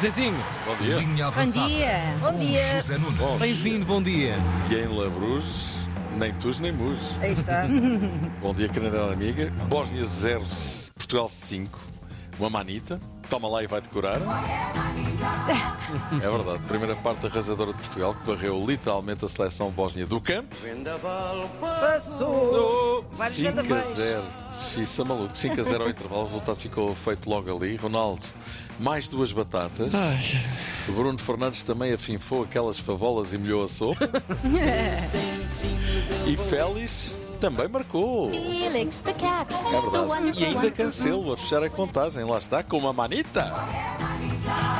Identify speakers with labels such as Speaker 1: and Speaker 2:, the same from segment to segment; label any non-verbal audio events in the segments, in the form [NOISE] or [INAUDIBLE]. Speaker 1: Zezinho,
Speaker 2: Bom dia.
Speaker 3: Linha
Speaker 4: Bom
Speaker 3: avançada.
Speaker 4: dia.
Speaker 5: Bom dia.
Speaker 3: José Nunes.
Speaker 1: bem-vindo, bom dia.
Speaker 2: E em Labruz, nem tus nem mus.
Speaker 5: Aí está.
Speaker 2: [LAUGHS] Bom dia, Canadá Amiga. Bósnia 0, Portugal 5. Uma manita. Toma lá e vai decorar. É verdade. Primeira parte arrasadora de Portugal que varreu literalmente a seleção bósnia do campo.
Speaker 5: Passou. Vários
Speaker 2: 5 a
Speaker 5: vendavais.
Speaker 2: 0. Xissa maluco. 5 a 0 ao intervalo. O resultado ficou feito logo ali. Ronaldo, mais duas batatas. O Bruno Fernandes também afinfou aquelas favolas e melhou a sopa. e Félix também marcou.
Speaker 6: Felix the cat.
Speaker 2: É
Speaker 6: the
Speaker 2: verdade. E
Speaker 6: wonderful
Speaker 2: ainda cancelo a fechar a contagem. Lá está, com uma manita.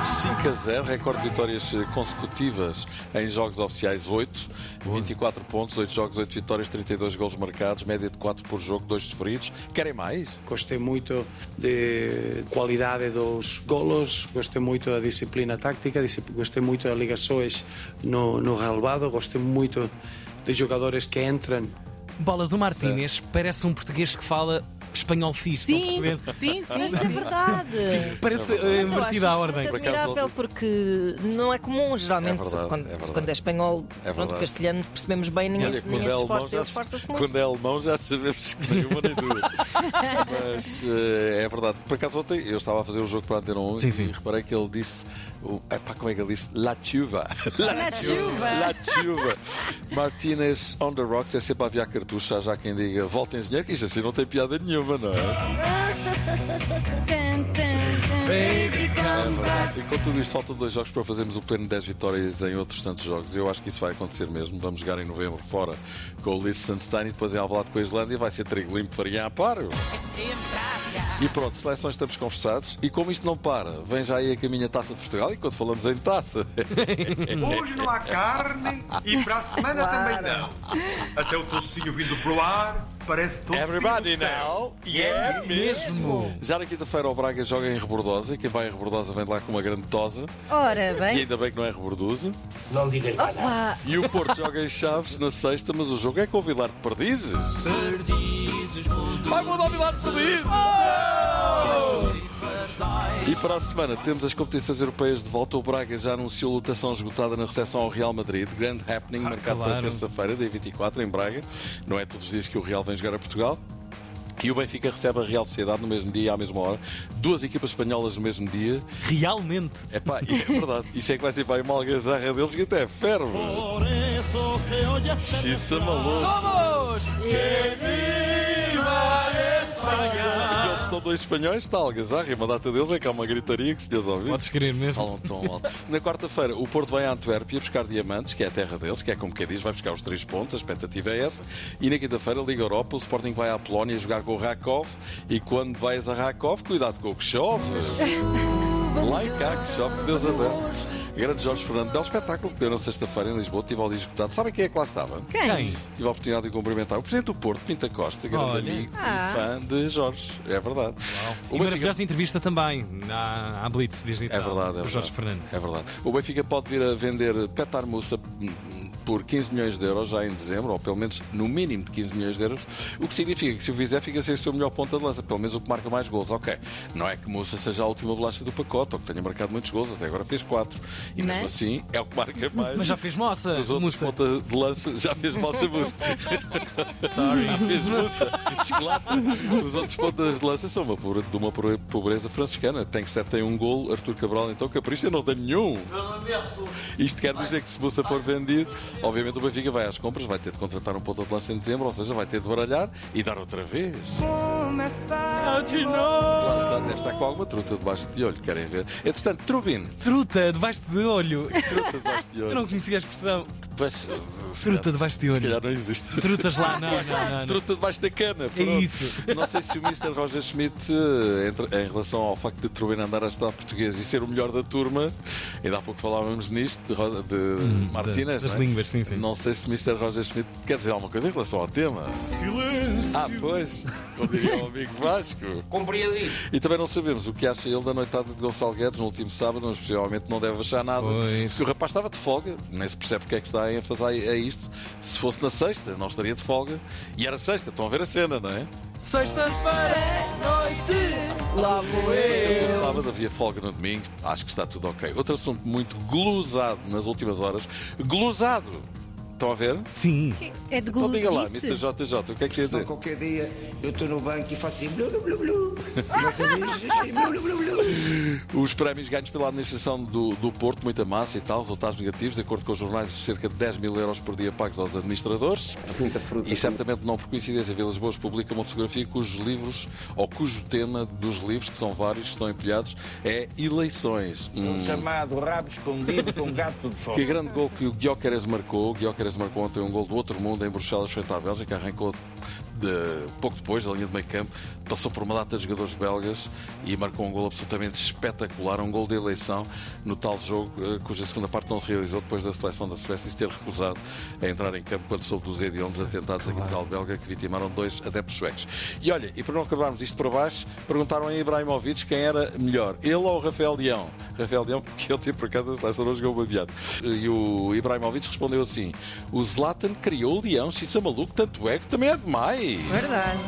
Speaker 2: 5 a 0, recorde de vitórias eh, consecutivas em jogos oficiais 8, 24 pontos, 8 jogos, 8 vitórias, 32 golos marcados, média de 4 por jogo, 2 sofridos. Querem mais?
Speaker 7: Gostei muito de qualidade dos golos, gostei muito da disciplina táctica, disci- gostei muito das ligações no, no relvado, gostei muito de jogadores que entram.
Speaker 1: Bolas, o Martínez parece um português que fala espanhol fixe, estão a
Speaker 8: Sim,
Speaker 1: perceber?
Speaker 8: sim, sim, isso é verdade.
Speaker 2: É
Speaker 1: Parece eh,
Speaker 8: Mas eu acho
Speaker 1: invertida a ordem.
Speaker 8: absolutamente
Speaker 2: Por acaso,
Speaker 8: admirável porque não é comum, geralmente,
Speaker 2: É verdade,
Speaker 8: quando,
Speaker 2: é verdade.
Speaker 8: quando é espanhol,
Speaker 2: É
Speaker 8: pronto,
Speaker 2: verdade.
Speaker 8: castelhano, percebemos bem, ninguém,
Speaker 2: Olha,
Speaker 8: ninguém
Speaker 2: quando é,
Speaker 8: se
Speaker 2: alemão
Speaker 8: esforça,
Speaker 2: já,
Speaker 8: ele esforça-se muito.
Speaker 2: quando é alemão já sabemos que nem uma nem
Speaker 8: [LAUGHS]
Speaker 2: duas. Mas eh, é verdade. Por acaso ontem eu estava a fazer o jogo para a Antena 1
Speaker 1: Sim,
Speaker 2: e
Speaker 1: sim.
Speaker 2: reparei que ele disse, o- epá, como é que ele disse? La
Speaker 8: [LAUGHS]
Speaker 2: chuva.
Speaker 4: Na chuva.
Speaker 2: La chuva. Martínez on the rocks é sempre a aviar cartucho. Já, já quem diga volta engenheiro, que isto assim não tem piada nenhuma, não é?
Speaker 4: Tan, tan, tan.
Speaker 2: É verdade. E com tudo isto, faltam dois jogos para fazermos o pleno de 10 vitórias em outros tantos jogos. Eu acho que isso vai acontecer mesmo. Vamos jogar em novembro fora com o Liechtenstein e depois em Alvalade com a Islândia. Vai ser trigo limpo, farinha a paro. E pronto, seleções estamos conversados. E como isto não para, vem já aí a caminha Taça de Portugal. E quando falamos em taça,
Speaker 9: Hoje não há carne e para a semana também não. Até o tocinho vindo pro ar parece tocinho do céu. é
Speaker 2: yeah,
Speaker 1: Mesmo.
Speaker 2: Já na quinta-feira o Braga joga em Rebordosa e quem vai em Rebordosa vem de lá com uma grande tosa
Speaker 5: Ora
Speaker 2: [LAUGHS] e
Speaker 5: bem.
Speaker 2: ainda bem que não é Rebordosa.
Speaker 5: Opa.
Speaker 2: E o Porto joga em Chaves na sexta, mas o jogo é com o Vilar de Perdizes. Perdizes Vai mudar o Vilar de Perdizes! E para a semana temos as competições europeias de volta. O Braga já anunciou lotação esgotada na recepção ao Real Madrid. Grande happening
Speaker 1: Ah,
Speaker 2: marcado
Speaker 1: claro.
Speaker 2: para terça-feira, dia 24, em Braga. Não é todos os dias que o Real vem jogar a Portugal. E o Benfica recebe a Real Sociedade no mesmo dia e à mesma hora. Duas equipas espanholas no mesmo dia.
Speaker 1: Realmente.
Speaker 2: Epá, e é verdade. [LAUGHS] Isso é que vai ser para uma algazarra deles que até ferve. Xissa maluco.
Speaker 1: Vamos!
Speaker 2: E onde estão dois espanhóis, está a algazarra. E uma data deles é que há uma gritaria que se lhes ouvir.
Speaker 1: Podes querer mesmo.
Speaker 2: Falam tão alto. [LAUGHS] Na quarta-feira, o Porto vai a Antuérpia buscar diamantes, que é a terra deles, que é como quem diz, vai buscar os três pontos, a expectativa é essa. E na quinta-feira, Liga Europa, o Sporting vai à Polónia jogar com o Rakov. E quando vais a Rakov, cuidado com o que chove. Lá em cá, que chove, que Deus abençoe. Grande Jorge Fernando, belo espetáculo que deu na sexta-feira em Lisboa, tive ao dia esgotado. Sabem quem é que lá estava?
Speaker 1: Quem?
Speaker 2: Tive a oportunidade de cumprimentar o Presidente do Porto, Pinta Costa, grande
Speaker 1: Olha.
Speaker 2: amigo
Speaker 4: Ah.
Speaker 2: e fã de Jorge. É verdade.
Speaker 1: E
Speaker 2: O Benfica
Speaker 1: maravilhosa entrevista também à, à Blitz digital.
Speaker 2: é verdade, é
Speaker 1: com o Jorge
Speaker 2: verdade.
Speaker 1: Fernando.
Speaker 2: É verdade. O Benfica pode vir a vender Petar Musa hum, por 15 milhões de euros já em dezembro, ou pelo menos no mínimo de 15 milhões de euros, o que significa que se o fizer fica sem o seu melhor ponta de lança, pelo menos o que marca mais gols. Ok, não é que Musa seja a última bolacha do pacote, ou que tenha marcado muitos gols, até agora fez 4, e mesmo
Speaker 4: Mas-
Speaker 2: assim é o que marca mais.
Speaker 1: Mas já fez moça,
Speaker 2: Os outros
Speaker 1: moça.
Speaker 2: ponta de lança já fez
Speaker 1: [LAUGHS]
Speaker 2: moça Musa. Já fez moça. Chocolate. Os outros pontas de lança são uma pobre- de uma pobre- pobreza franciscana. Tem que ser, tem um gol. Arthur Cabral, então, capricha, não tem nenhum. Isto quer dizer que se Musa for vendido, obviamente o Benfica vai às compras, vai ter de contratar um ponta de lança em dezembro, ou seja, vai ter de baralhar e dar outra vez.
Speaker 1: Ah,
Speaker 2: Lá está, deve estar com alguma truta debaixo de olho, querem ver. Entretanto, Trubin,
Speaker 1: Truta debaixo de olho.
Speaker 2: truta debaixo de
Speaker 1: Eu [LAUGHS] não
Speaker 2: olho.
Speaker 1: conhecia a expressão.
Speaker 2: Pois, se
Speaker 1: Truta
Speaker 2: calhar-
Speaker 1: debaixo de olho.
Speaker 2: Se calhar não existe.
Speaker 1: Trutas lá, não, não, não. não.
Speaker 2: Truta debaixo da cana. pronto.
Speaker 1: É isso.
Speaker 2: [LAUGHS] Não sei se o Mr. Roger Schmidt, eh, entre- em relação ao facto de Turbin andar a estudar português e ser o melhor da turma, ainda há pouco falávamos nisto, de, Rosa- de Martínez.
Speaker 1: Hum, Das
Speaker 2: não é?
Speaker 1: línguas, sim, sim.
Speaker 2: Não sei se o Mr. Roger Schmidt quer dizer alguma coisa em relação ao tema. Silêncio! Ah, pois, como diria o amigo Vasco. Compreendi. E também não sabemos o que acha ele da noitada de Gonçalo Guedes no último sábado, mas possivelmente não deve achar nada.
Speaker 1: Pois.
Speaker 2: Porque o rapaz estava de folga, nem se percebe porque é que está a dar ênfase a, a isto. Se fosse na sexta, não estaria de folga. E era sexta, estão a ver a cena, não é?
Speaker 1: Sexta-feira é noite, lá vou
Speaker 2: Mas
Speaker 1: eu.
Speaker 2: eu no sábado havia folga no domingo, acho que está tudo ok. Outro assunto muito glosado nas últimas horas. Glosado! Estão a ver?
Speaker 1: Sim.
Speaker 4: É de
Speaker 2: Então diga lá,
Speaker 4: glulice.
Speaker 2: Mr. JJ, o que é que quer
Speaker 3: Então,
Speaker 2: dizer?
Speaker 3: qualquer dia eu estou no banco e faço assim blu blu blu blu. E vocês
Speaker 2: [LAUGHS]
Speaker 3: dizem blu blu blu blu.
Speaker 2: Os prémios ganhos pela administração do, do Porto, muita massa e tal, resultados negativos, de acordo com os jornais, cerca de 10 mil euros por dia pagos aos administradores. E certamente não por coincidência, Vilas Boas publica uma fotografia cujos livros, ou cujo tema dos livros, que são vários, que estão empilhados, é eleições. Hum.
Speaker 6: Um chamado rabo escondido com gato de fora.
Speaker 2: Que grande gol que o Guiocares marcou. O Guiocares marcou ontem um gol do outro mundo em Bruxelas, frente à Bélgica. Arrancou de- pouco depois da linha de meio campo, passou por uma data de jogadores belgas e marcou um gol absolutamente espetacular. Um gol de eleição no tal jogo, eh, cuja segunda parte não se realizou depois da seleção da Suécia se ter recusado a entrar em campo quando soube dos hediondos atentados da capital belga que vitimaram dois adeptos suecos. E olha, e para não acabarmos isto para baixo, perguntaram a Ibrahimovic quem era melhor, ele ou o Rafael Leão? Rafael Leão, porque ele teve por acaso a seleção não jogou baseado. E o Ibrahimovic respondeu assim: o Zlatan criou o Leão, se isso é maluco, tanto é que também é demais.
Speaker 8: Verdade.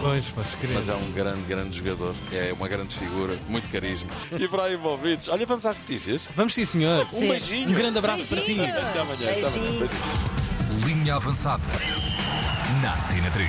Speaker 1: Pois, podes crer.
Speaker 2: Mas é um grande, grande jogador, é uma grande figura, muito carisma. Ibrahimovic, olha, vamos às notícias.
Speaker 1: Vamos sim, senhor.
Speaker 2: Um beijinho.
Speaker 1: Um grande abraço para ti.
Speaker 2: Até amanhã, até amanhã.
Speaker 8: Beijinho.
Speaker 2: Beijinho.
Speaker 10: Linha avançada. Na Tina 3.